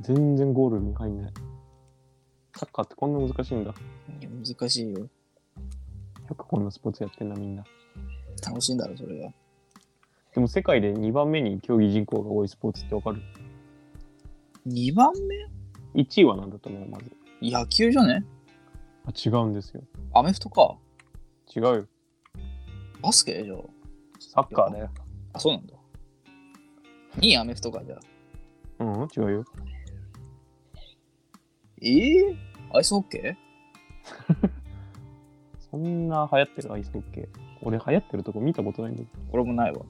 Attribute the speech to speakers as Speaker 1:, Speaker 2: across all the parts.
Speaker 1: 全然ゴールに入んない。サッカーってこんな難しいんだ。よ
Speaker 2: いや難しいよ。
Speaker 1: くこんなスポーツやってんな、みんな。
Speaker 2: 楽しいんだろ、それが。
Speaker 1: でも世界で2番目に競技人口が多いスポーツってわかる
Speaker 2: 2番目
Speaker 1: ?1 位は何だと思うまず。
Speaker 2: 野球じゃね
Speaker 1: あ、違うんですよ。
Speaker 2: アメフトか。
Speaker 1: 違うよ。
Speaker 2: バスケじゃあ。
Speaker 1: サッカーだよ。
Speaker 2: あ、そうなんだ。2位アメフトか、じゃあ。
Speaker 1: うん、違うよ。
Speaker 2: えぇ、アイスホッケ
Speaker 1: そんな流行ってるアイスホッケー。俺流行ってるとこ見たことないんだけ
Speaker 2: ー俺もないわ。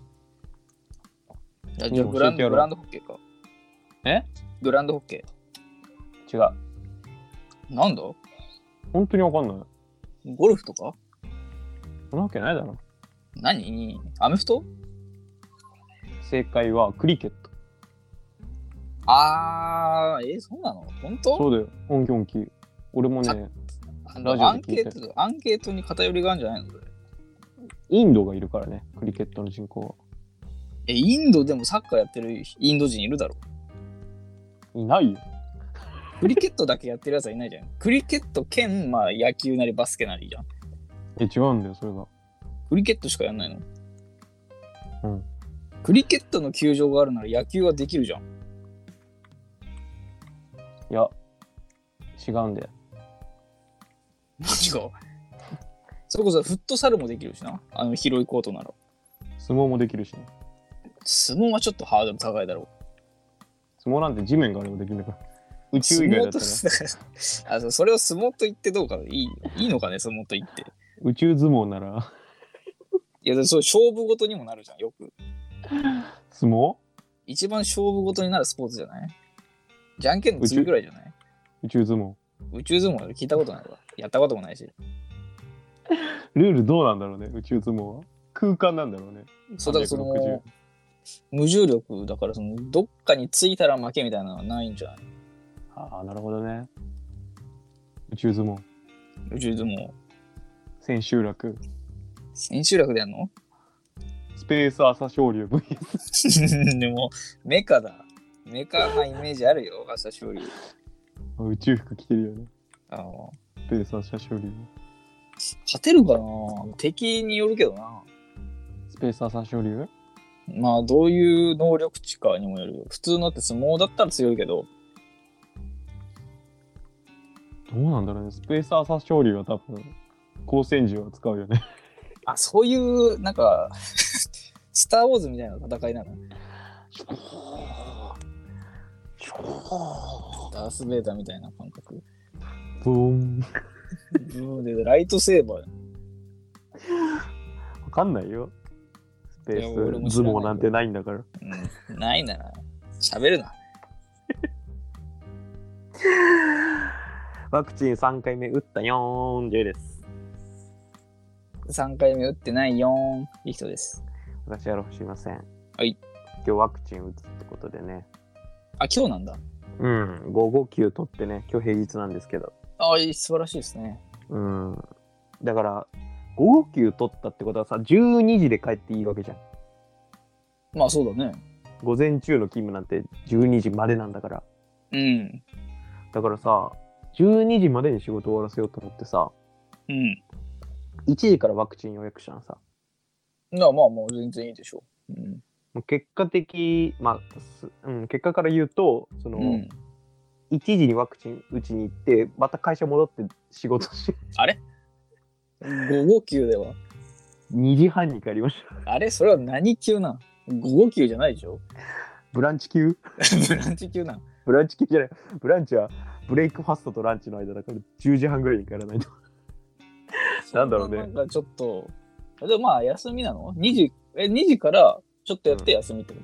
Speaker 2: いや
Speaker 1: うん
Speaker 2: じゃあグラ
Speaker 1: 教え
Speaker 2: ン
Speaker 1: てやろう
Speaker 2: グランドホッケーか。
Speaker 1: え
Speaker 2: グランドホッケ
Speaker 1: ど。違う。
Speaker 2: ー。なんだ
Speaker 1: 本当にわかんない。
Speaker 2: ゴルフとか
Speaker 1: そんなわけないだろ。
Speaker 2: 何アメフト
Speaker 1: 正解はクリケット。
Speaker 2: あー、えー、そうなの本当
Speaker 1: そうだよ。オンキョンキ。俺もね、
Speaker 2: あ
Speaker 1: ラジ
Speaker 2: の
Speaker 1: オ
Speaker 2: ア
Speaker 1: で
Speaker 2: ン
Speaker 1: 聞
Speaker 2: ケ
Speaker 1: いて
Speaker 2: ート、アンケートに偏りがあるんじゃないのそれ
Speaker 1: インドがいるからね、クリケットの人口は。
Speaker 2: え、インドでもサッカーやってるインド人いるだろ
Speaker 1: いないよ。
Speaker 2: クリケットだけやってるやつはいないじゃん。クリケット兼、まあ、野球なりバスケなりじゃん。
Speaker 1: え、違うんだよ、それが。
Speaker 2: クリケットしかやんないの
Speaker 1: うん。
Speaker 2: クリケットの球場があるなら野球はできるじゃん。
Speaker 1: いや、違うんだよ。
Speaker 2: 何がそれこそフットサルもできるしな。あの広いコートなら。
Speaker 1: 相撲もできるしね。
Speaker 2: 相撲はちょっとハードル高いだろ
Speaker 1: 相撲なんて地面があればできるんだから。宇
Speaker 2: う。
Speaker 1: 宙以外だったら、
Speaker 2: 相撲と あそうそれを相撲と言ってどうかいいいいのかね、相撲と言って。
Speaker 1: 宇宙相撲なら、
Speaker 2: いや、でもそう勝負事にもなるじゃん、よく。
Speaker 1: 相撲
Speaker 2: 一番勝負事になるスポーツじゃないじゃんけんの次ぐらいじゃない
Speaker 1: 宇宙相撲。
Speaker 2: 宇宙相撲なんて聞いたことないわ。やったこともないし。
Speaker 1: ルールどうなんだろうね、宇宙相撲は。空間なんだろうね。
Speaker 2: そうだからその
Speaker 1: 360
Speaker 2: 無重力だからそのどっかについたら負けみたいなのはないんじゃない
Speaker 1: ああ、なるほどね。宇宙相撲。
Speaker 2: 宇宙相撲
Speaker 1: 千秋楽。
Speaker 2: 千秋楽でやんの
Speaker 1: スペース朝青龍 VS
Speaker 2: でもメカだメカなイメージあるよ朝勝利
Speaker 1: 宇宙服着てるよね。
Speaker 2: あの
Speaker 1: スペース朝青龍。
Speaker 2: 勝てるかな敵によるけどな
Speaker 1: スペース朝青龍
Speaker 2: まあどういう能力値かにもよるよ普通のって相撲だったら強いけど
Speaker 1: どうなんだろうね。スペース朝青龍は多分、光線銃は使うよね。
Speaker 2: あそういうなんか スター・ウォーズみたいな戦いなのダース・ベイダーみたいな感覚
Speaker 1: ブーン。
Speaker 2: うんでライトセーバー
Speaker 1: わかんないよ。スペ
Speaker 2: いや俺
Speaker 1: ー
Speaker 2: も
Speaker 1: ス
Speaker 2: 知ら
Speaker 1: 相
Speaker 2: ない
Speaker 1: 撲なんてないんだから。
Speaker 2: うんないなら喋るな
Speaker 1: ワクチン3回目打ったよーん、J です。
Speaker 2: 3回目打ってないよーんいい人です
Speaker 1: 私は知りません。
Speaker 2: はい。
Speaker 1: 今日ワクチン打つってことでね。
Speaker 2: あ今日なんだ
Speaker 1: うん、559取ってね、今日平日なんですけど。
Speaker 2: あいい素晴らしいですね
Speaker 1: うん。だから、559取ったってことはさ、12時で帰っていいわけじゃん。
Speaker 2: まあそうだね
Speaker 1: 午前中の勤務なんて12時までなんだから。
Speaker 2: うん
Speaker 1: だからさ、12時までに仕事終わらせようと思ってさ、
Speaker 2: うん
Speaker 1: 1時からワクチン予約したのさ。
Speaker 2: なあまあもう全然いいでしょう、うん
Speaker 1: もう結果的、まあ、すうん、結果から言うと、その、
Speaker 2: うん、
Speaker 1: 1時にワクチン打ちに行って、また会社戻って仕事して、
Speaker 2: 559では
Speaker 1: 2時半に帰りました。
Speaker 2: あれそれは何級なん ?559 じゃないでしょ
Speaker 1: ブランチ級
Speaker 2: ブランチ級なん
Speaker 1: ブランチ級じゃない。ブランチはブレイクファストとランチの間だから10時半ぐらいに帰らないと。なんだろうね
Speaker 2: そんななんかちょっとでもまあ休みなの ?2 時え2時からちょっとやって休みってこ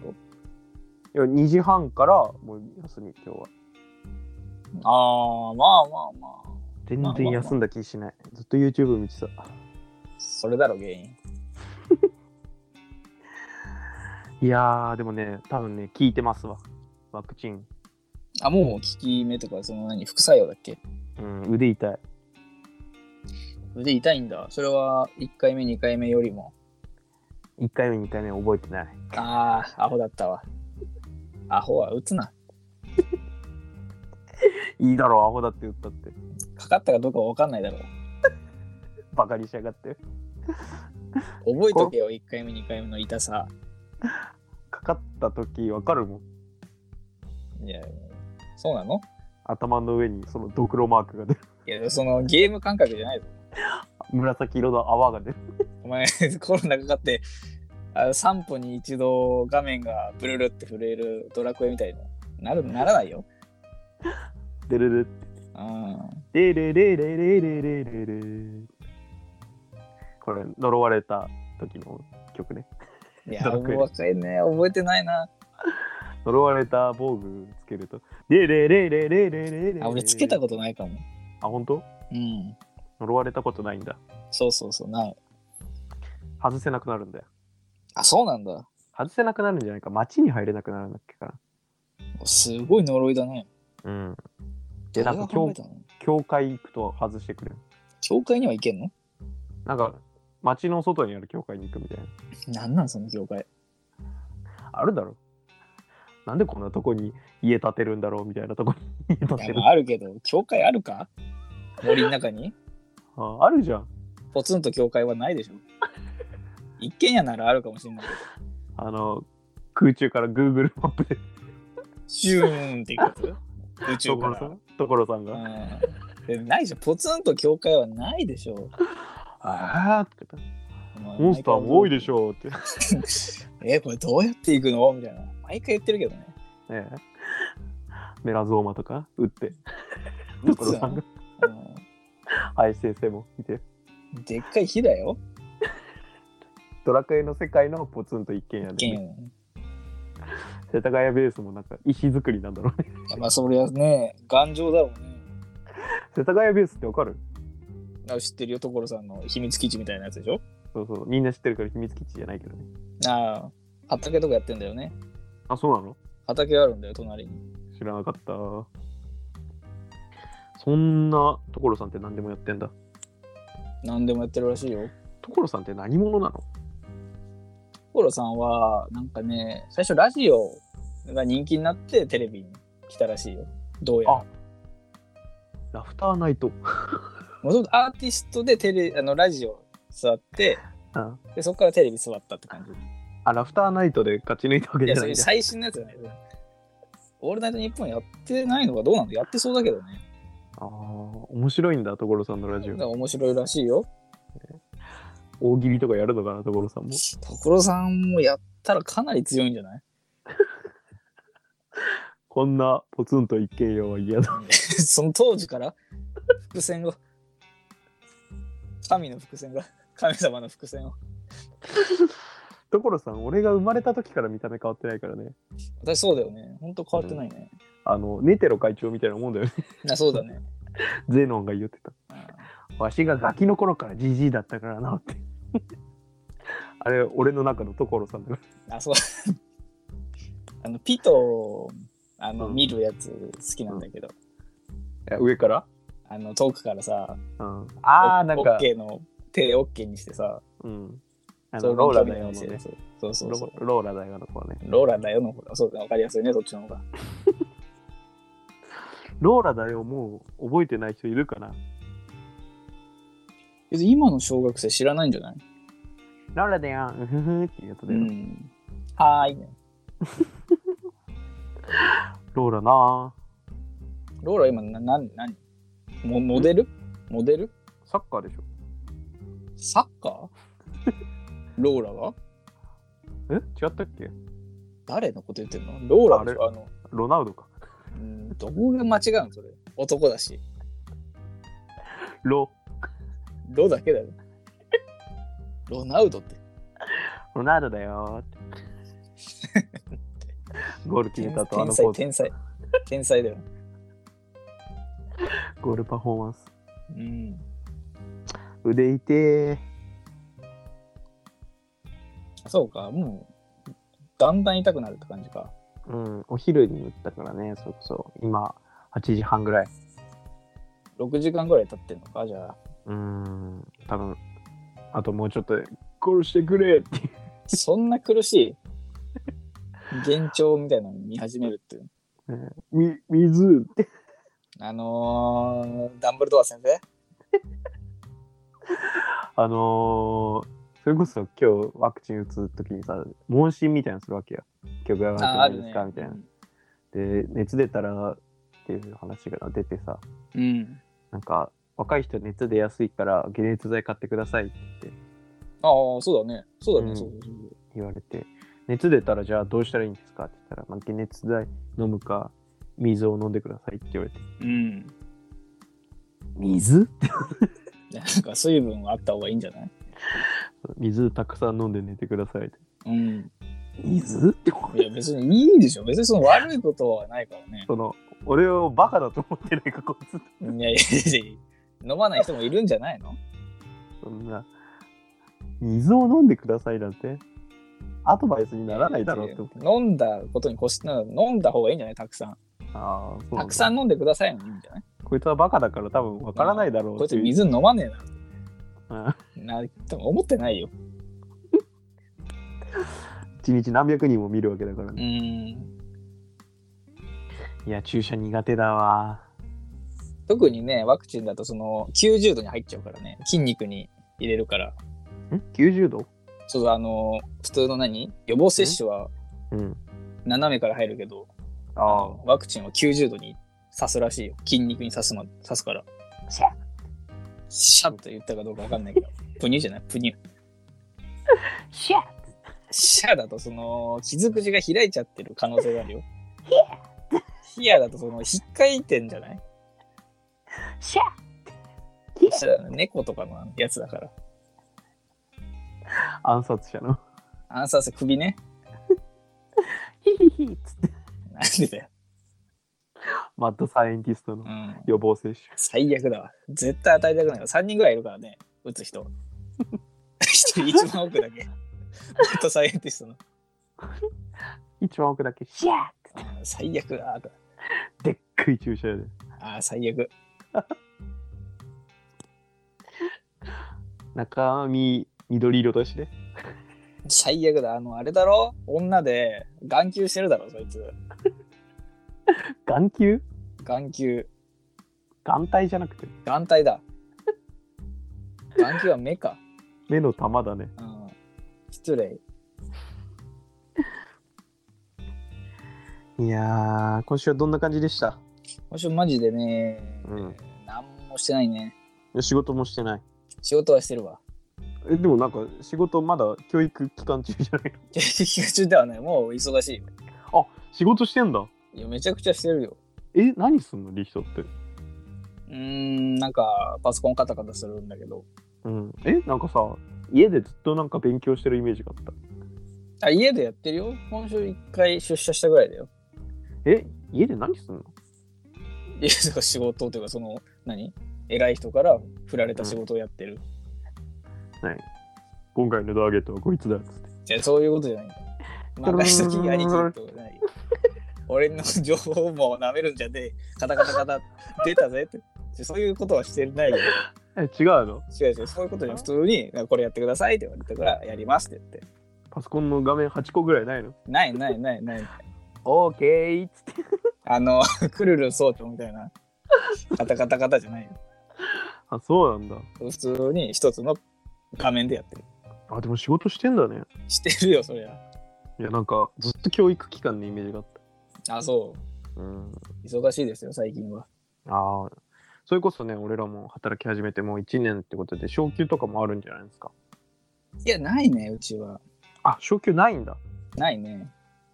Speaker 2: と、
Speaker 1: いや、2時半からもう休み、今日は。
Speaker 2: ああまあまあまあ
Speaker 1: 全
Speaker 2: まあまあ
Speaker 1: 然
Speaker 2: まあ
Speaker 1: 休んだ気しない。ずっと YouTube 見てた。
Speaker 2: それだろ原因
Speaker 1: いやー、でもね、多分ね、効いてますわ。ワクチン。
Speaker 2: あもう効き目とかその何副作用だっけ
Speaker 1: うん、腕痛い。
Speaker 2: 腕痛いんだそれは1回目2回目よりも
Speaker 1: 1回目、2回目覚えてない。
Speaker 2: ああアホだったわアホは打つな
Speaker 1: いいだろう、アホだって言ったって。
Speaker 2: かかったかどうかわかんないだろう。
Speaker 1: バカにしやがって。
Speaker 2: 覚えとけよ、1回目、2回目の痛さ。
Speaker 1: かかった時わかるもん。
Speaker 2: いや、そうなの
Speaker 1: 頭の上にそのドクロマークが出る。
Speaker 2: いや、そのゲーム感覚じゃないぞ。
Speaker 1: 紫色の泡が出る。
Speaker 2: お前、 コロナかかって、あ散歩に一度画面がブルルって震えるドラクエみたいな。なるならないよ。
Speaker 1: でるる。
Speaker 2: うん。
Speaker 1: でれれれれれれれれ。これ、呪われた時の曲ね。
Speaker 2: いや、
Speaker 1: ドラクエ
Speaker 2: 若いね。覚えてないな。
Speaker 1: 呪われた防具つけると。でれれれれれれれ。
Speaker 2: あ、俺つけたことないかも。
Speaker 1: あ、本当
Speaker 2: うん。
Speaker 1: 呪われたことないんだ。
Speaker 2: そうそうそう。ない。
Speaker 1: 外せなくなるんだよ。
Speaker 2: あ、そうなんだ。
Speaker 1: 外せなくなるんじゃないか。街に入れなくなるんだっけか
Speaker 2: すごい呪いだね。
Speaker 1: な。うん。
Speaker 2: で
Speaker 1: でなんか今日
Speaker 2: の
Speaker 1: 教会行くと外してくれる。
Speaker 2: 教会には行けんの
Speaker 1: なんか、街の外にある教会に行くみたいな。
Speaker 2: なんなんその教会。
Speaker 1: あるだろ。なんでこんなとこに家建てるんだろうみたいなとこに 家建
Speaker 2: い
Speaker 1: て
Speaker 2: や
Speaker 1: る
Speaker 2: ま。ああるけど、教会あるか森の中に
Speaker 1: ああるじゃん。
Speaker 2: ポツンと教会はないでしょ。一軒家ならあるかもしれないけど。
Speaker 1: あの、空中から Google マップで
Speaker 2: シューンっていくやつ宇宙か
Speaker 1: 所さ
Speaker 2: ら。
Speaker 1: ん所さんが。
Speaker 2: うんでないでしょ。ポツンと教会はないでしょ。
Speaker 1: ああって言ったモンスターも多いでし
Speaker 2: ょ。
Speaker 1: ょうって。ね
Speaker 2: え、これどうやって行くのみたいな。毎回言ってるけどね。
Speaker 1: えメラゾーマとか打って、
Speaker 2: 撃
Speaker 1: 所
Speaker 2: つ
Speaker 1: さ
Speaker 2: わ
Speaker 1: んが、
Speaker 2: うん
Speaker 1: 林先生もいて、
Speaker 2: でっかい火だよ。
Speaker 1: ドラクエの世界のポツンと一軒家
Speaker 2: 一軒
Speaker 1: で、
Speaker 2: 家
Speaker 1: 世田谷ベースもなんか石造りなんだろうね。
Speaker 2: いやまあそれはね、頑丈だろうね。
Speaker 1: 世田谷ベースってわかる
Speaker 2: あ知ってるよ、所さんの秘密基地みたいなやつでしょ
Speaker 1: そうそう、みんな知ってるから秘密基地じゃないけどね。
Speaker 2: ああ、畑とかやってんだよね。
Speaker 1: あ、そうなの
Speaker 2: 畑あるんだよ、隣に。
Speaker 1: 知らなかった。そんな所さんって何でもやってんだ。
Speaker 2: 何でもやってるらしいよ。
Speaker 1: 所さんって何者なの
Speaker 2: 所さんは、なんかね、最初ラジオが人気になってテレビに来たらしいよ。どうやら
Speaker 1: あ。ラフターナイト。
Speaker 2: もともとアーティストでテレあのラジオ座って、
Speaker 1: うん
Speaker 2: でそこからテレビ座ったって感じ。
Speaker 1: あ、ラフターナイトで勝ち抜いたわけ
Speaker 2: い
Speaker 1: じゃ
Speaker 2: や、
Speaker 1: な
Speaker 2: そ
Speaker 1: い
Speaker 2: うい
Speaker 1: ん
Speaker 2: う
Speaker 1: だ。
Speaker 2: 最新のやつじゃない。オールナイトニッポンやってないのかどうなのやってそうだけどね。
Speaker 1: ああ、面白いんだ、所さんのラジ
Speaker 2: だ
Speaker 1: オ
Speaker 2: か。ら面白いらしいよ。
Speaker 1: 大喜利とかやるのかな、所さんも。
Speaker 2: 所さんもやったらかなり強いんじゃない
Speaker 1: こんなポツンと一軒家は嫌だ。
Speaker 2: その当時から伏線を神の伏線が神様の伏線を
Speaker 1: 所さん、俺が生まれた時から見た目変わってないからね。
Speaker 2: 私そうだよねほんと変わってないね、
Speaker 1: あの、ネテロ会長みたいなもんだよね。
Speaker 2: あそうだね
Speaker 1: ゼノンが言ってた。
Speaker 2: あ
Speaker 1: わしがガキの頃からジジイだったからなって。あれ、俺の中の所さんだから。
Speaker 2: あそう あのピトあの、
Speaker 1: うん
Speaker 2: 見るやつ好きなんだけど、
Speaker 1: え上から、
Speaker 2: あの遠くからさ
Speaker 1: うん、ああ、
Speaker 2: オ
Speaker 1: なんか
Speaker 2: オッ、ケーの手オッケーにしてさ
Speaker 1: うん。あ
Speaker 2: そ
Speaker 1: の
Speaker 2: う
Speaker 1: ローラだよ
Speaker 2: ロ
Speaker 1: の
Speaker 2: ンキーみたいなや
Speaker 1: ね
Speaker 2: つ。そうそうそう
Speaker 1: ロローラだよの子ね。
Speaker 2: ローラだよの方がそうだわかりやすいねそっちの方が
Speaker 1: ローラだよもう覚えてない人いるかな
Speaker 2: 別に今の小学生知らないんじゃない
Speaker 1: ローラだよ、うふふっていうやつだ
Speaker 2: う
Speaker 1: よ。
Speaker 2: んはーい
Speaker 1: ローラな
Speaker 2: ローラ今な何何モモデルモデル
Speaker 1: サッカーでしょ
Speaker 2: サッカーローラが
Speaker 1: え違ったっけ
Speaker 2: 誰のこと言ってんのローラでしょあの
Speaker 1: ロナウドか。
Speaker 2: うんどこが間違うのそれ男だし
Speaker 1: ロ、
Speaker 2: ロだけだよロナウドって
Speaker 1: ロナウドだ よって。ゴール決め
Speaker 2: 天
Speaker 1: た後あの
Speaker 2: 天
Speaker 1: ポー
Speaker 2: 才
Speaker 1: ズ
Speaker 2: 天才天才だよ
Speaker 1: ゴールパフォーマンス。
Speaker 2: うん
Speaker 1: 腕いてー
Speaker 2: そうかもうだんだん痛くなるって感じか
Speaker 1: うん、お昼に打ったからね、それこそ。今、8時半ぐらい。
Speaker 2: 6時間ぐらい経ってんのかじゃあ
Speaker 1: うーん、多分あともうちょっとで、ゴールしてくれっていう。
Speaker 2: そんな 苦しい幻聴みたいなの見始めるっていう
Speaker 1: み、水って。
Speaker 2: あのー、ダンブルドア先生
Speaker 1: あのー、それこそ今日ワクチン打つ時にさ、問診みたいなのするわけよ。今日具合悪く
Speaker 2: あ、
Speaker 1: な
Speaker 2: あ
Speaker 1: い
Speaker 2: る
Speaker 1: です
Speaker 2: ね
Speaker 1: か、。みたいな。で、熱出たらっていう話が出てさ、
Speaker 2: うん。
Speaker 1: なんか若い人熱出やすいから解熱剤買ってくださいって
Speaker 2: ああ、そうだね。そう
Speaker 1: う
Speaker 2: だね。
Speaker 1: ん
Speaker 2: そうそうそう
Speaker 1: 言われて、熱出たらじゃあどうしたらいいんですかって言ったら、まあ、解熱剤飲むか水を飲んでくださいって言われて。
Speaker 2: うん。
Speaker 1: 水
Speaker 2: なんか水分はあった方がいいんじゃない
Speaker 1: 水たくさん飲んで寝てくださいって。
Speaker 2: うん。
Speaker 1: 水って思う
Speaker 2: いや、別にいいでしょ。別にその悪いことはないからね。
Speaker 1: その、俺をバカだと思ってないか、こいつ。
Speaker 2: いやいやいやいや飲まない人もいるんじゃないの
Speaker 1: そんな、水を飲んでくださいなんて、アドバイスにならないだろうって思って。
Speaker 2: 飲んだことに越しなんか飲んだ方がいいんじゃないたくさん。
Speaker 1: ああ、そうな
Speaker 2: た
Speaker 1: ん
Speaker 2: く
Speaker 1: だ
Speaker 2: さん飲んでくださいのいいんじゃない
Speaker 1: こいつはバカだから多分わからないだろう
Speaker 2: こい
Speaker 1: って
Speaker 2: つ
Speaker 1: いう。
Speaker 2: 水飲まね
Speaker 1: うん
Speaker 2: えな。な、多分思ってないよ。
Speaker 1: 一日何百人も見るわけだから
Speaker 2: う
Speaker 1: ね。
Speaker 2: ん。
Speaker 1: いや、注射苦手だわ。
Speaker 2: 特にね、ワクチンだとその90度に入っちゃうからね。筋肉に入れるから。
Speaker 1: ん ?90 度
Speaker 2: ちょっとあの、普通の何予防接種は
Speaker 1: うん。
Speaker 2: 斜めから入るけど、
Speaker 1: ああ。
Speaker 2: ワクチンは90度に刺すらしいよ。筋肉に刺す,、ま、刺すから。
Speaker 1: シャッ
Speaker 2: シャッと言ったかどうかわかんないけど。 プニュじゃないプニュ。
Speaker 1: シャッ
Speaker 2: シャだとその傷口が開いちゃってる可能性があるよ。ヒアだとその引っかいてんじゃない
Speaker 1: シャッ
Speaker 2: シャ猫とかのやつだから。
Speaker 1: 暗殺者の。
Speaker 2: 暗殺首ね。
Speaker 1: ヒヒヒっつって。
Speaker 2: なんでだよ。
Speaker 1: マッドサイエンティストの
Speaker 2: うん。
Speaker 1: 予防接種。
Speaker 2: 最悪だわ。絶対与えたくないわ。3人ぐらいいるからね、打つ人。1人一番奥だけ。 マットサイエンティストの。
Speaker 1: 一番奥だけ、シャッつっ
Speaker 2: あー最悪だ。
Speaker 1: てでっかい注射やで。
Speaker 2: あー最悪。
Speaker 1: 中身、緑色だしね。
Speaker 2: 最悪だ。あの、あれだろ女で眼球してるだろ、そいつ。
Speaker 1: 眼球
Speaker 2: 眼球。
Speaker 1: 眼帯じゃなくて、
Speaker 2: 眼 帯だ。眼球は目か。
Speaker 1: 目の玉だね。
Speaker 2: うん失礼。
Speaker 1: いやー、今週はどんな感じでした
Speaker 2: 今週マジでね、
Speaker 1: うん
Speaker 2: 何もしてないね。
Speaker 1: 仕事もしてない。
Speaker 2: 仕事はしてるわ。
Speaker 1: え、でもなんか仕事まだ教育期間中じゃない
Speaker 2: 休憩中ではない。もう忙しいよ。
Speaker 1: のあ、 仕事してんだ。
Speaker 2: いや、めちゃくちゃしてるよ。
Speaker 1: え、何すんのリヒトって。
Speaker 2: うーん、なんか、パソコンカタカタするんだけど。
Speaker 1: うん。え、なんかさ、家でずっとなんか勉強してるイメージがあった。
Speaker 2: あ、家でやってるよ。今週一回出社したぐらいだよ。
Speaker 1: え、家で何すんの
Speaker 2: 家とか仕事というか、その、何偉い人から振られた仕事をやってる。
Speaker 1: 今回のターゲットはこいつだっつって。
Speaker 2: じゃあそういうことじゃないんだ。任しとき兄貴ってことじゃないよ。俺の情報も舐めるんじゃねえ。カタカタカタ、出たぜって。じゃあそういうことはしてないよ。
Speaker 1: え、違うの
Speaker 2: 違う違う、そういうことじゃなく普通に、これやってくださいって言われたから、やりますって言って。
Speaker 1: パソコンの画面8個ぐらいないの
Speaker 2: ないないないない。
Speaker 1: オーケーっつって。
Speaker 2: あの、 クルル総長みたいな、カタカタカタじゃないよ。
Speaker 1: あ、そうなんだ。
Speaker 2: 普通に一つの画面でやってる。
Speaker 1: あ、でも仕事してんだね。
Speaker 2: してるよ、そりゃ。
Speaker 1: いや、なんかずっと教育期間のイメージがあっ
Speaker 2: あ、そ
Speaker 1: た。うん。
Speaker 2: う。忙しいですよ、最近は。
Speaker 1: ああ、それこそね、俺らも働き始めてもう1年ってことで、昇給とかもあるんじゃないですか。
Speaker 2: いや、ないね、うちは。
Speaker 1: あ、昇給ないんだ。
Speaker 2: ないね。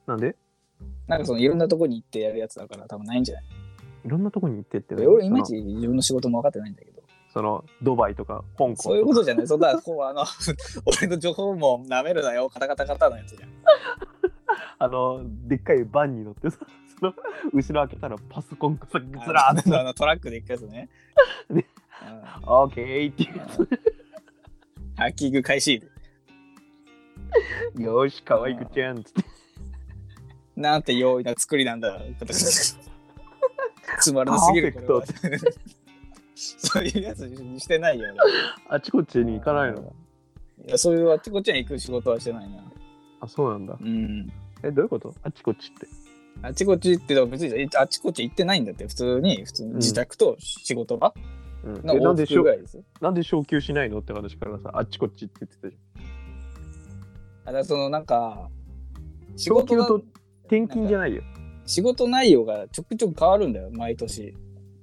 Speaker 1: なんで
Speaker 2: なんかその、いろんなとこに行ってやるやつだから、多分ないんじゃない
Speaker 1: いろんなとこに行ってってね、
Speaker 2: で俺、い
Speaker 1: そ
Speaker 2: ま
Speaker 1: の
Speaker 2: いち自分の仕事も分かってないんだけど。
Speaker 1: その、ドバイとか、香港とか。
Speaker 2: そういうことじゃない。そんな、こう、あの、 俺の情報も舐めるなよ、カタカタカタのやつじゃん。
Speaker 1: あの、でっかいバンに乗ってさ、 その、後ろ開けたらパソコンがさ、 ずらーっ
Speaker 2: あのあのトラックで行くやつね。
Speaker 1: ね
Speaker 2: うん
Speaker 1: と、オーケーっていうや
Speaker 2: ハッキング開始
Speaker 1: つ。よーし、可愛くちゃんっつって。
Speaker 2: なんて容易な作りなんだ。 つまらなすぎる。これは そういうやつにしてないよ。
Speaker 1: あちこちに行かないの。
Speaker 2: いやそういうあっちこっちに行く仕事はしてないな。
Speaker 1: あ、そうなんだ。
Speaker 2: うん。
Speaker 1: え、どういうことあちこちって。
Speaker 2: あちこちってでも別にあちこち行ってないんだって普通に普通に自宅と仕事場
Speaker 1: うん
Speaker 2: の
Speaker 1: えなん
Speaker 2: 往
Speaker 1: でし
Speaker 2: 復
Speaker 1: ょ
Speaker 2: ぐらいですよ。
Speaker 1: なんで昇給しないのって話からさあっちこっちって言ってたじ
Speaker 2: あだからそのなんか仕
Speaker 1: 昇
Speaker 2: 事
Speaker 1: 給
Speaker 2: が
Speaker 1: とゃん転勤じゃないよ
Speaker 2: 仕事内容がちょくちょく変わるんだよ毎年。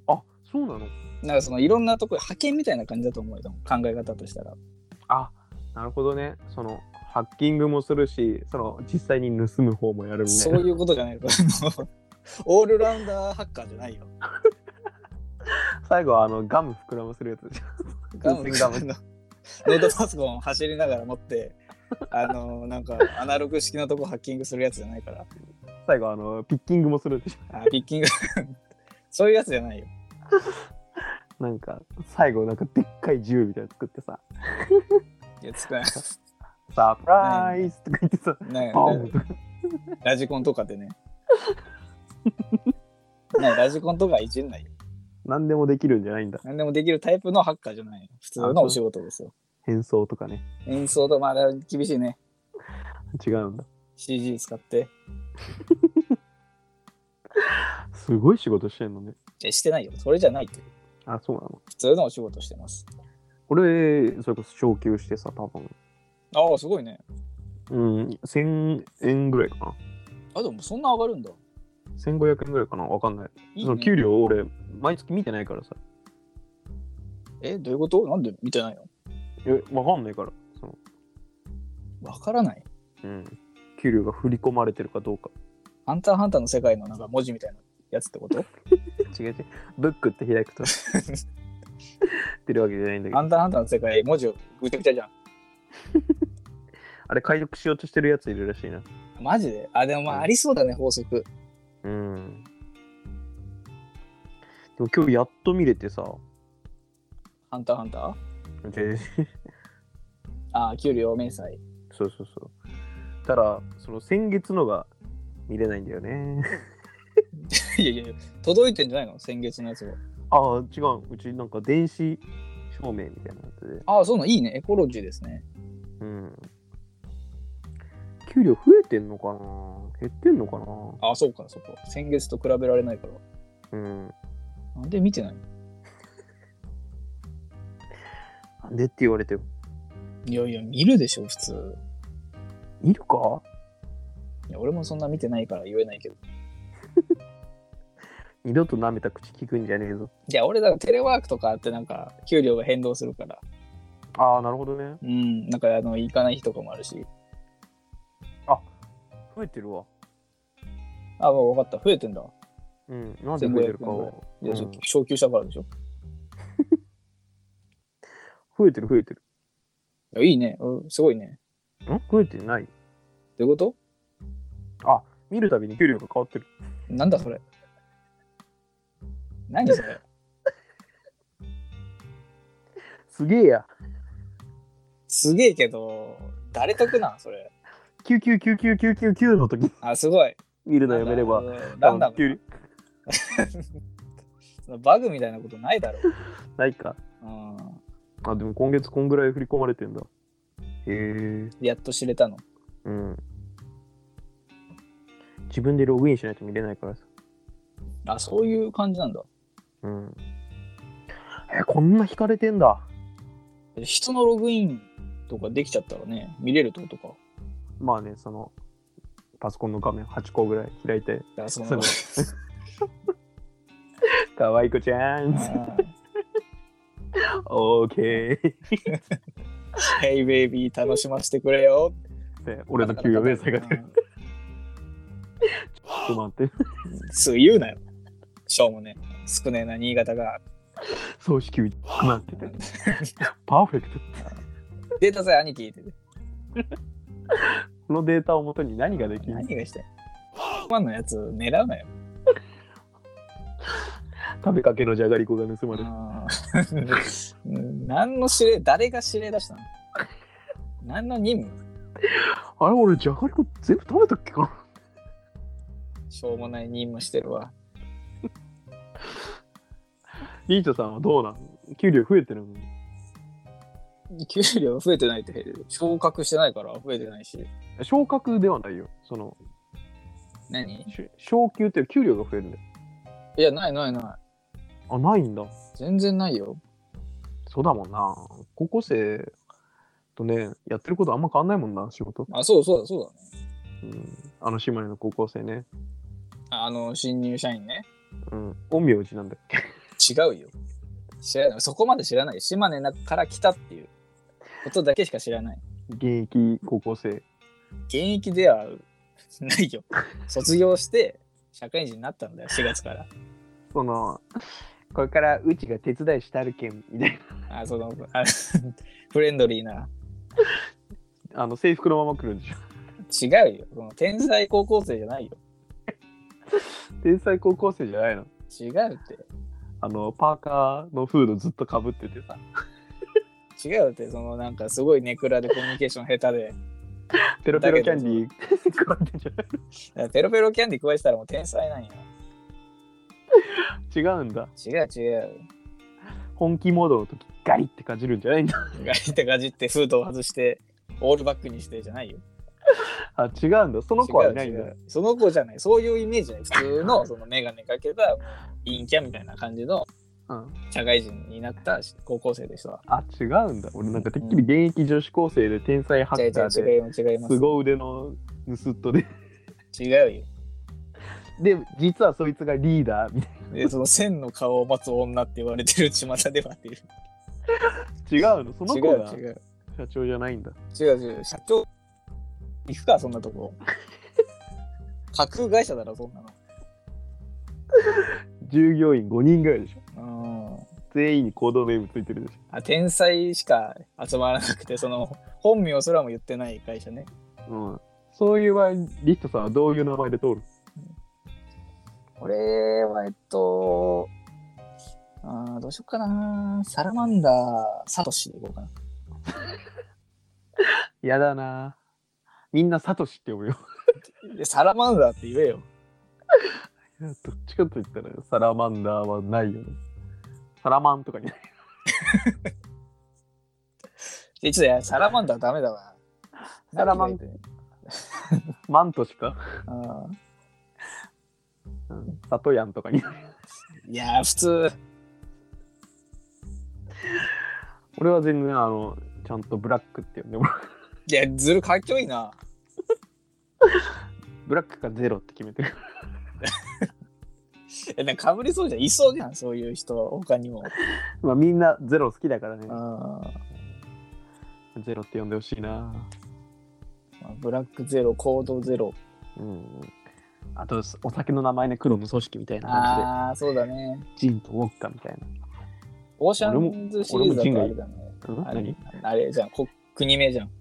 Speaker 1: あそうなの
Speaker 2: なんかそのいろんなとこ派遣みたいな感じだと思うよ考え方としたら。
Speaker 1: あなるほどねそのハッキングもするしその実際に盗む方もやるみたい
Speaker 2: そう
Speaker 1: な
Speaker 2: いうことじゃないか。あの オールラウンダーハッカーじゃないよ。
Speaker 1: 最後はあのガム膨らませるやつじゃん
Speaker 2: ガム
Speaker 1: ガム
Speaker 2: のノートパソコン走りながら持って、あのなんかアナログ式のとこハッキングするやつじゃないから。
Speaker 1: 最後あのピッキングもするでし
Speaker 2: あピッキング そういうやつじゃないよ。
Speaker 1: ょなんか最後なんかでっかい銃みたいなの作ってさ
Speaker 2: いやつか
Speaker 1: サプライズとか言ってさ
Speaker 2: ない
Speaker 1: ボンとか
Speaker 2: ラジコンとか でね。ないラジコンとかいじんないよ。
Speaker 1: 何でもできるんじゃないんだ
Speaker 2: 何でもできるタイプのハッカーじゃないよ。普通のお仕事ですよ。
Speaker 1: 変装とかね
Speaker 2: 演奏とまあ厳しいね。
Speaker 1: 違うんだ
Speaker 2: CG 使って。
Speaker 1: すごい仕事してんのね
Speaker 2: えしてないよ。それじゃないって。
Speaker 1: あそうなの
Speaker 2: 普通のお仕事してます。
Speaker 1: 俺それこそ昇給してさ多分
Speaker 2: ああ、すごいね。
Speaker 1: うん1000円ぐらいかな
Speaker 2: あ、でもそんな上がるんだ。
Speaker 1: 1500円ぐらいかなわかんない
Speaker 2: いい
Speaker 1: その
Speaker 2: ね、
Speaker 1: 給料を俺毎月見てないからさ
Speaker 2: え、どういうことなんで見てないの
Speaker 1: えわかんないからその
Speaker 2: わからない。
Speaker 1: うん給料が振り込まれてるかどうか
Speaker 2: ハンターハンターの世界のなんか文字みたいなやつってこと
Speaker 1: 違う違うブックって開くとってるわけじゃないんだけ
Speaker 2: ハ
Speaker 1: ど
Speaker 2: ンターハンターの世界、文字をぐちゃぐちゃじゃん。
Speaker 1: あれ解読しようとしてるやついるらしいな
Speaker 2: マジであ、でもまあありそうだね、法則。
Speaker 1: うんでも今日やっと見れてさ
Speaker 2: ハンターハンター
Speaker 1: で
Speaker 2: ああ、給料明細。
Speaker 1: そうそうそうただその先月のが見れないんだよね
Speaker 2: いやいやいや、届いてんじゃないの先月のやつが。
Speaker 1: ああ違ううちなんか電子証明みたいなやつで
Speaker 2: ああ、そうなのいいね。エコロジーですね。
Speaker 1: うん給料増えてんのかな減ってんのかな
Speaker 2: ああ、そうか、そうか。先月と比べられないか
Speaker 1: う
Speaker 2: ら。
Speaker 1: ん
Speaker 2: なんで見てないの
Speaker 1: なんでって言われても
Speaker 2: いやいや、見るでしょ、普通。
Speaker 1: いるか
Speaker 2: いや俺もそんな見てないから言えないけど。
Speaker 1: 二度と舐めた口聞くんじゃねえぞ
Speaker 2: いや、俺だからテレワークとかあってなんか、給料が変動するから。
Speaker 1: ああなるほどね
Speaker 2: うん、なんかあの、行かない日とかもあるし。
Speaker 1: 増えてるわ
Speaker 2: あ、もう分かった。増えてんだ。
Speaker 1: うんなんで増えてるかは、
Speaker 2: いや、
Speaker 1: う
Speaker 2: そうん昇給したからでしょ。
Speaker 1: 増えてる増えてる
Speaker 2: いや、いいね。うん、すごいね。
Speaker 1: ん増えてない
Speaker 2: どういうこと
Speaker 1: 見るたびに給料が変わってる
Speaker 2: なんだそれ。何それ。
Speaker 1: すげえや
Speaker 2: すげえけど、誰得なんそれ。
Speaker 1: 9999999の時
Speaker 2: あ、すごい。
Speaker 1: 見るのやめれば
Speaker 2: あの。ランダム
Speaker 1: 給料
Speaker 2: な。バグみたいなことないだろう。
Speaker 1: ないか
Speaker 2: うん
Speaker 1: あでも今月こんぐらい振り込まれてんだへえ
Speaker 2: やっと知れたの。
Speaker 1: うん自分でログインしないと見れないからさ
Speaker 2: あ、そういう感じなんだ。
Speaker 1: うんえこんな引かれてんだ
Speaker 2: 人のログインとかできちゃったらね、見れるってことか。
Speaker 1: まあねそのパソコンの画面8個ぐらい開いて
Speaker 2: だからその
Speaker 1: その可愛い子ちゃん
Speaker 2: あ
Speaker 1: オーケーっ
Speaker 2: ー Hey baby 楽しませてくれよ。
Speaker 1: て俺の給与明細が出る
Speaker 2: うん
Speaker 1: ちょっと待って
Speaker 2: すぐ言うなよ。しょうもね。少ねえな新潟が。
Speaker 1: 葬式日待っててパーフェクト
Speaker 2: データさえ兄貴って。
Speaker 1: このデータをもとに何ができる
Speaker 2: 何がしたいファンのやつ狙うなよ。
Speaker 1: 食べかけのじゃがりこが盗まれる
Speaker 2: うん 何の指令、誰が指令出したの何の任務
Speaker 1: あれ俺じゃがりこ全部食べたっけかな
Speaker 2: しょうもない任務してるわ。
Speaker 1: リートさんはどうなの給料増えてるの
Speaker 2: 給料増えてないって、昇格してないから増えてないし。
Speaker 1: 昇格ではないよその
Speaker 2: 何
Speaker 1: し昇給っていう給料が増えるね
Speaker 2: いや、ないないな
Speaker 1: あないんだ
Speaker 2: い。全然ないよ。
Speaker 1: そうだもんな高校生とねやってることあんま変わんないもんな仕事、
Speaker 2: あ、そうそうだ、そうだね。
Speaker 1: うん、あの姉妹の高校生ね
Speaker 2: ああの、新入社員ね。
Speaker 1: うん陰陽師なんだっけ
Speaker 2: 違うよ。知らない。そこまで知らない。島根から来たっていうことだけしか知らない。
Speaker 1: 現役高校生
Speaker 2: 現役ではないよ。卒業して、社会人になったんだよ、4月から。
Speaker 1: そのこれからうちが手伝いしたるけんみたい
Speaker 2: あ、その、あフレンドリーな。
Speaker 1: なあの制服のまま来るんでしょ
Speaker 2: 違うよ。その天才高校生じゃないよ。
Speaker 1: 天才高校生じゃないの
Speaker 2: 違うって。
Speaker 1: あのパーカーのフードずっとかぶっててさ
Speaker 2: 違うって、そのなんかすごいネクラでコミュニケーション下手で。
Speaker 1: ペロペロキャンディーこうやってんじゃない
Speaker 2: だからペロペロキャンディ加えてたらもう天才なんよ。
Speaker 1: 違うんだ
Speaker 2: 違う違う。
Speaker 1: 本気モードの時ガリってかじるんじゃないんだ
Speaker 2: ガリってガジってフードを外して、オールバックにしてじゃないよ。
Speaker 1: あ違うんだその子はいないん
Speaker 2: 違う
Speaker 1: だ
Speaker 2: 違うその子じゃない。そういうイメージだよ。普通のそのメガネかけた陰キャみたいな感じの
Speaker 1: うん
Speaker 2: 社会人になった高校生でした。
Speaker 1: あ違うんだ俺なんかてっきり現役女子高生で天才ハ
Speaker 2: 違う違
Speaker 1: ッカー
Speaker 2: う
Speaker 1: で
Speaker 2: 違います違います
Speaker 1: ご腕の盗っ人で
Speaker 2: す。違うよ。
Speaker 1: で実はそいつがリーダーみたい
Speaker 2: で、その線の顔を待つ女って言われてる巷ではっていう。
Speaker 1: な違うのその
Speaker 2: 違
Speaker 1: 子
Speaker 2: う
Speaker 1: が
Speaker 2: 違う。
Speaker 1: 社長じゃないんだ
Speaker 2: 違う違う。社長、行くか、そんなと こ。架空会社だろ、そんな
Speaker 1: 従業員5人ぐらいでしょ
Speaker 2: の。うん。
Speaker 1: 全員に行動ネームついてるでし
Speaker 2: あ、天才しか集まらなくて、その、本名すらも言ってない会社ね。
Speaker 1: ょ、うん、そういう場合リストさんはどういう名前で通る
Speaker 2: 俺は、えっと、あーどうしよっかな。サラマンダー、サトシでいこうかな。
Speaker 1: やだなみんなサトシって呼ぶよ
Speaker 2: でサラマンダーって言えよ。
Speaker 1: いや どっちかと言ったらサラマンダーはないよねサラマンとかに
Speaker 2: でちょっといや、サラマンダーダメだわ。
Speaker 1: サラマンマントしか、
Speaker 2: あ
Speaker 1: うん、サトヤンとかに
Speaker 2: ーいやー、普通。
Speaker 1: 俺は全然あのちゃんとブラックって呼んでもらう
Speaker 2: いや、ずるかっこいいな。
Speaker 1: ブラックかゼロって決めてる
Speaker 2: え、なんかぶりそうじゃん。いそうじゃん、そういう人、他にも。
Speaker 1: まあみんなゼロ好きだからね
Speaker 2: あー
Speaker 1: ゼロって呼んでほしいな
Speaker 2: まあブラックゼロ、コードゼロ。
Speaker 1: うんあとお酒の名前ね黒の組織みたいな感
Speaker 2: ああ、そうだね。
Speaker 1: じでジンとウォッカみたい
Speaker 2: オーシャンズシリーズだとあれ
Speaker 1: な、
Speaker 2: だね。
Speaker 1: うん、
Speaker 2: あ
Speaker 1: 何
Speaker 2: れあれじゃん、こ国名じゃん。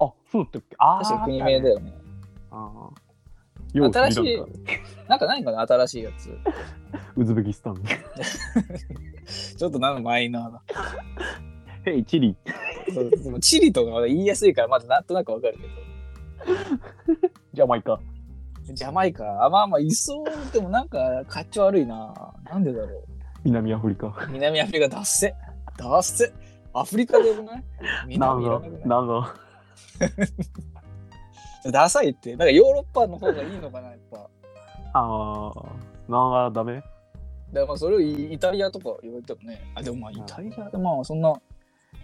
Speaker 1: あ、そうだったっけあー
Speaker 2: 確か国名だよね。
Speaker 1: あーよう
Speaker 2: 新しい
Speaker 1: スリランカ
Speaker 2: なんかないかな、新しいやつ。
Speaker 1: ウズベキスタン。
Speaker 2: ちょっとなんかマイナーな。
Speaker 1: ヘイ、チリ。
Speaker 2: そうそのチリとかまだ言いやすいから、まだなんとなくわかるけど。
Speaker 1: ジャマイカ。
Speaker 2: ジャマイカ、あまあまあ、いそう、でもなんか、かっちょ悪いな。なんでだろ
Speaker 1: 南アフリカ。
Speaker 2: う。南アフリカ、ダッセ。ダッセ。アフリカでよくない
Speaker 1: なん
Speaker 2: 南いら
Speaker 1: だ
Speaker 2: なくない
Speaker 1: なんだ
Speaker 2: ダサいって、なんかヨーロッパの方がいいのかな、やっぱ。
Speaker 1: あー、なんだダメ
Speaker 2: だからまあそれをイイタリアとか言われてもね、あ、でもまあイタリアでまあそんな、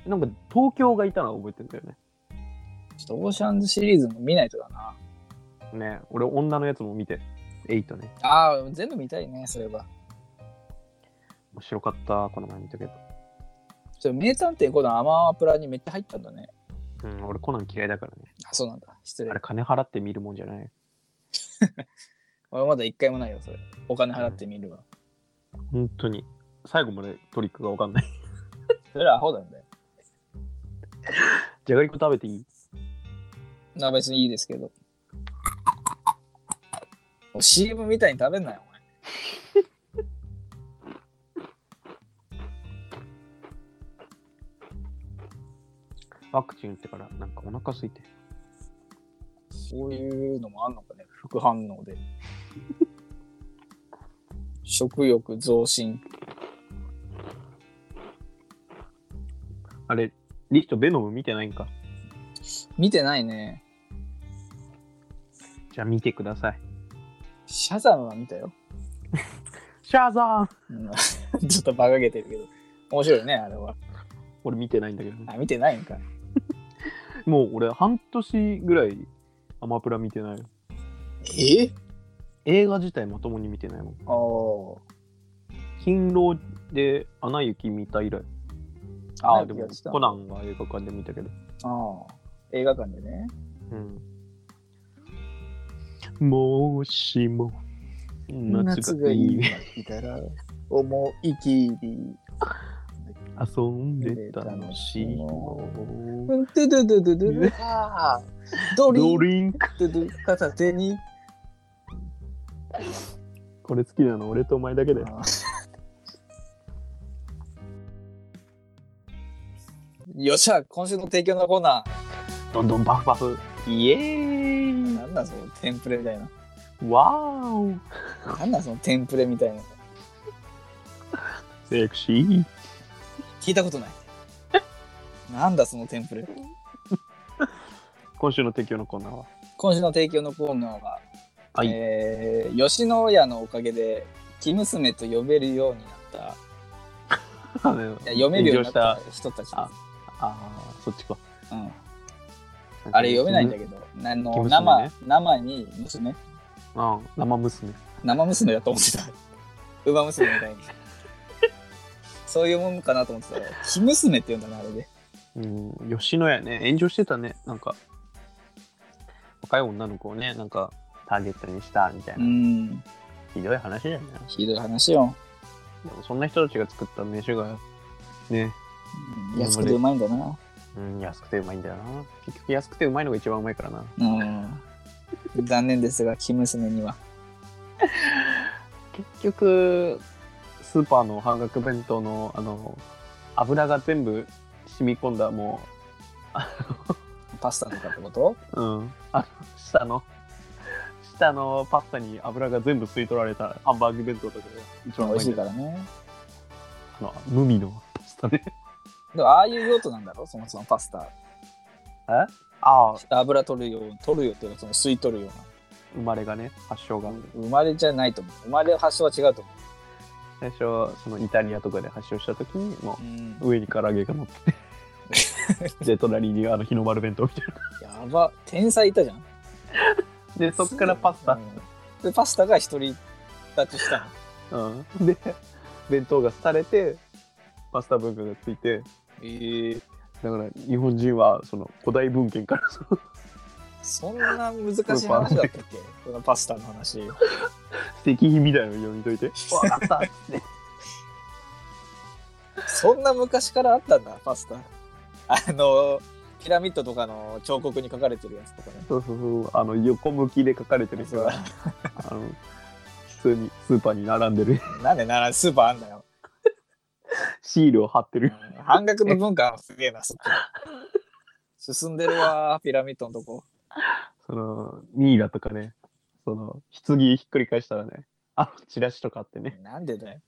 Speaker 1: なんか東京がいたのは覚えてんだよね。
Speaker 2: ちょっとオーシャンズシリーズも見ないとだな。
Speaker 1: ね俺女のやつも見て。エイトね。
Speaker 2: ああ、全部見たいね、そういえば。
Speaker 1: 面白かった、この前見たけど。
Speaker 2: それ名探偵コナンアマープラにめっちゃ入ったんだね。
Speaker 1: うん、俺コナン嫌いだからね。
Speaker 2: あ、そうなんだ。失礼
Speaker 1: あれ。金払って見るもんじゃない。
Speaker 2: 俺まだ一回もないよ、それ。お金払って見るわ。
Speaker 1: 本当に。最後までトリックがわかんない。
Speaker 2: それはアホなんだよ。
Speaker 1: じゃがりこ食べていい
Speaker 2: な別にいいですけど。お CM みたいに食べんなよ、お前。
Speaker 1: ワクチン打ってからなんかお腹空いて。
Speaker 2: そういうのもあんのかね、副反応 で。食欲増進。
Speaker 1: あれ、リストベノム見てないんか。
Speaker 2: 見てないね。
Speaker 1: じゃあ見てください。
Speaker 2: シャザムは見たよ。
Speaker 1: シャーザーン
Speaker 2: うん ちょっとバカげてるけど。面白いよね、あれは。
Speaker 1: 俺見てないんだけどね。
Speaker 2: あ、見てないんか。
Speaker 1: もう俺半年ぐらいアマプラ見てないよ。
Speaker 2: え
Speaker 1: 映画自体まともに見てないもん。
Speaker 2: ああ。
Speaker 1: 勤労でアナ雪見た以来。ああ、でもコナンは映画館で見たけど。
Speaker 2: ああ。映画館でね。
Speaker 1: うん。もしも夏がいい
Speaker 2: 夏がいいたら、思いきり。
Speaker 1: 遊んで楽しいも
Speaker 2: うん、ドゥドゥドゥドゥドゥドゥ。ああ。ドリ
Speaker 1: ド
Speaker 2: ン
Speaker 1: リンク
Speaker 2: クドゥドゥ片手に。
Speaker 1: これ好きなの俺とお前だけだよ。
Speaker 2: ああよっしゃ、今週の提供のコーナ
Speaker 1: どんどんバフバフ。イエー
Speaker 2: ー。
Speaker 1: イ
Speaker 2: なんだそのテンプレみたいな。
Speaker 1: わーお
Speaker 2: なんだそのテンプレみたいな。
Speaker 1: セクシー
Speaker 2: 聞いたことない。なんだそのテンプレ。
Speaker 1: 今週の提供のコーナーは
Speaker 2: 今週の提供のコーナーは、
Speaker 1: はい
Speaker 2: えー吉野家のおかげで生娘と呼べるようになっ
Speaker 1: あ
Speaker 2: たいや読めるようにな
Speaker 1: 炎
Speaker 2: った
Speaker 1: 上し
Speaker 2: 人たちです
Speaker 1: ああーそっちか
Speaker 2: うんあれ読めないんだ
Speaker 1: け
Speaker 2: けど、あの
Speaker 1: 生娘ね
Speaker 2: 生生に娘
Speaker 1: どうん生娘
Speaker 2: 生娘だと思ってた馬娘みたいにそういうもんかなと思ってたら「生娘」って言うんだなあれで
Speaker 1: うん吉野家ね炎上してたねなんか若い女の子をねなんかターゲットにしたみたいうな、
Speaker 2: ん
Speaker 1: ひどい話だよね
Speaker 2: ひどい話よ、
Speaker 1: でもそんな人たちが作った飯がね、
Speaker 2: うん、安くてうまいんだな
Speaker 1: うん、安くてうまいんだよな結局安くてうまいのが一番うまいからな
Speaker 2: うん残念ですが生娘には
Speaker 1: 結局スーパーの半額弁当のあの油が全部染み込んだも
Speaker 2: パスタとかってこと
Speaker 1: う、うん、あの下の下のパスタに油が全部吸い取られたハンバーグ弁当とかが一番うま
Speaker 2: 美
Speaker 1: い
Speaker 2: 味し
Speaker 1: ん
Speaker 2: い
Speaker 1: だ
Speaker 2: か
Speaker 1: よ
Speaker 2: らね
Speaker 1: あの無味のパスタね
Speaker 2: でもああいう用途なんだろそもそもパスタ
Speaker 1: ああ
Speaker 2: 油取るよう取るよっていうかその吸い取るような
Speaker 1: 生まれがね発祥が
Speaker 2: 生まれじゃないと思う生まれ発祥は違うと思
Speaker 1: 最初そのイタリアとかで発祥した時にも
Speaker 2: う、うん
Speaker 1: う上に唐揚げが乗って てで隣にあの日の丸弁当みたいな
Speaker 2: やば天才いたじゃん
Speaker 1: でそっからパスタ
Speaker 2: うんでパスタが一人立ちしたの
Speaker 1: うん、で弁当が廃れてパスタ文化がついて
Speaker 2: ええ
Speaker 1: だから日本人はその古代文献からそ の
Speaker 2: そんな難しい話だったっけこのパスタの話
Speaker 1: 石碑みたいなの読み解いて「わかった」って
Speaker 2: そんな昔からあったんだパスタあのピラミッドとかの彫刻に書かれてるやつとかね
Speaker 1: そうそうそうあの横向きで書かれてる人があの普通にスーパーに並んでる
Speaker 2: なんでならスーパーあんだよ
Speaker 1: シールを貼って
Speaker 2: うん
Speaker 1: る
Speaker 2: 半額の文化すげえなそっち進んでるわピラミッドのとこ
Speaker 1: そのミイラとかねその棺ひっくり返したらねあのチラシとかあってね
Speaker 2: なんでだよ